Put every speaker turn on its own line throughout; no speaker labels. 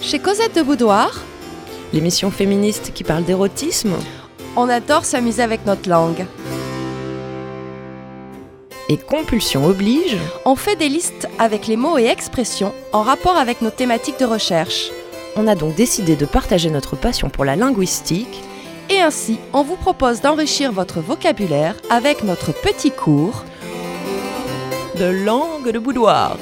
Chez Cosette de Boudoir,
l'émission féministe qui parle d'érotisme.
on adore s'amuser avec notre langue.
Et compulsion oblige,
On fait des listes avec les mots et expressions en rapport avec nos thématiques de recherche.
on a donc décidé de partager notre passion pour la linguistique
Et ainsi, on vous propose d'enrichir votre vocabulaire avec notre petit cours.
de langue de boudoir.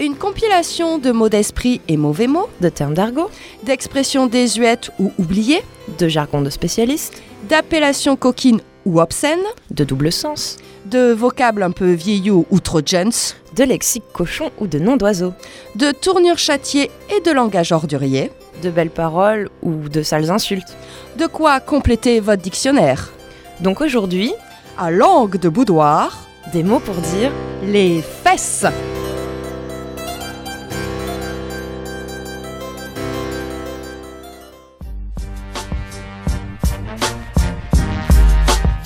Une compilation de mots d'esprit et mauvais mots,
De termes d'argot,
d'expressions désuètes ou oubliées,
de jargon de spécialiste,
d'appellations coquines ou obscènes,
de double sens,
de vocables un peu vieillots ou trop jeunes,
de lexique cochon ou de nom d'oiseau,
de tournures châtiées et de langage ordurier,
de belles paroles ou de sales insultes.
de quoi compléter votre dictionnaire.
Donc aujourd'hui,
À langue de boudoir,
des mots pour dire
les fesses.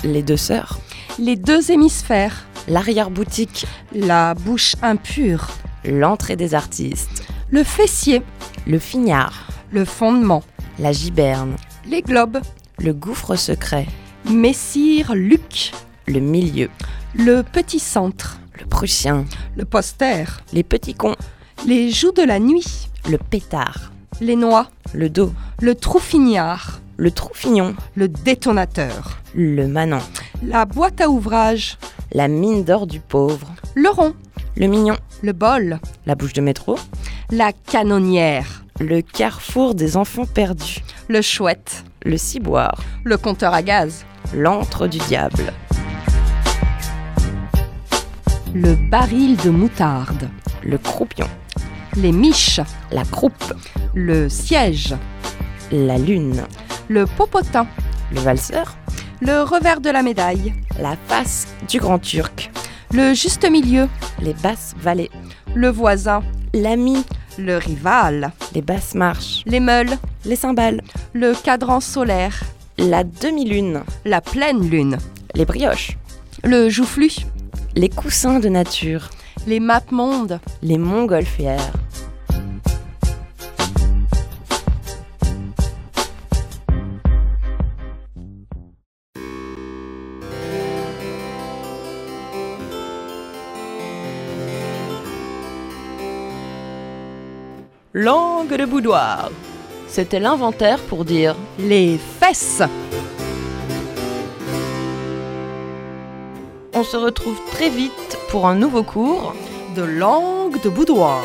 les deux sœurs,
Les deux hémisphères,
l'arrière-boutique,
la bouche impure,
l'entrée des artistes,
le fessier,
le fignard,
le fondement,
la giberne,
les globes,
le gouffre secret,
Messire Luc,
le milieu,
le petit centre,
le prussien,
le poster,
les petits cons,
les joues de la nuit,
le pétard,
les noix,
le dos,
le troufignard,
le troufignon,
le détonateur,
le manant,
la boîte à ouvrage,
la mine d'or du pauvre,
le rond,
le mignon,
le bol,
la bouche de métro,
la canonnière,
le carrefour des enfants perdus,
le chouette.
le ciboire,
le compteur à gaz,
l'antre du diable,
le baril de moutarde,
le croupion,
les miches,
la croupe,
le siège,
la lune,
le popotin,
le valseur,
le revers de la médaille,
la face du grand turc,
le juste milieu,
les basses vallées,
le voisin,
l'ami,
le rival,
les basses marches,
les meules,
les cymbales,
le cadran solaire,
la demi-lune,
la pleine lune,
les brioches,
le joufflu,
les coussins de nature,
les mapmondes,
les montgolfières. Langue de boudoir. C'était l'inventaire pour dire
les fesses.
on se retrouve très vite pour un nouveau cours.
de langue de boudoir.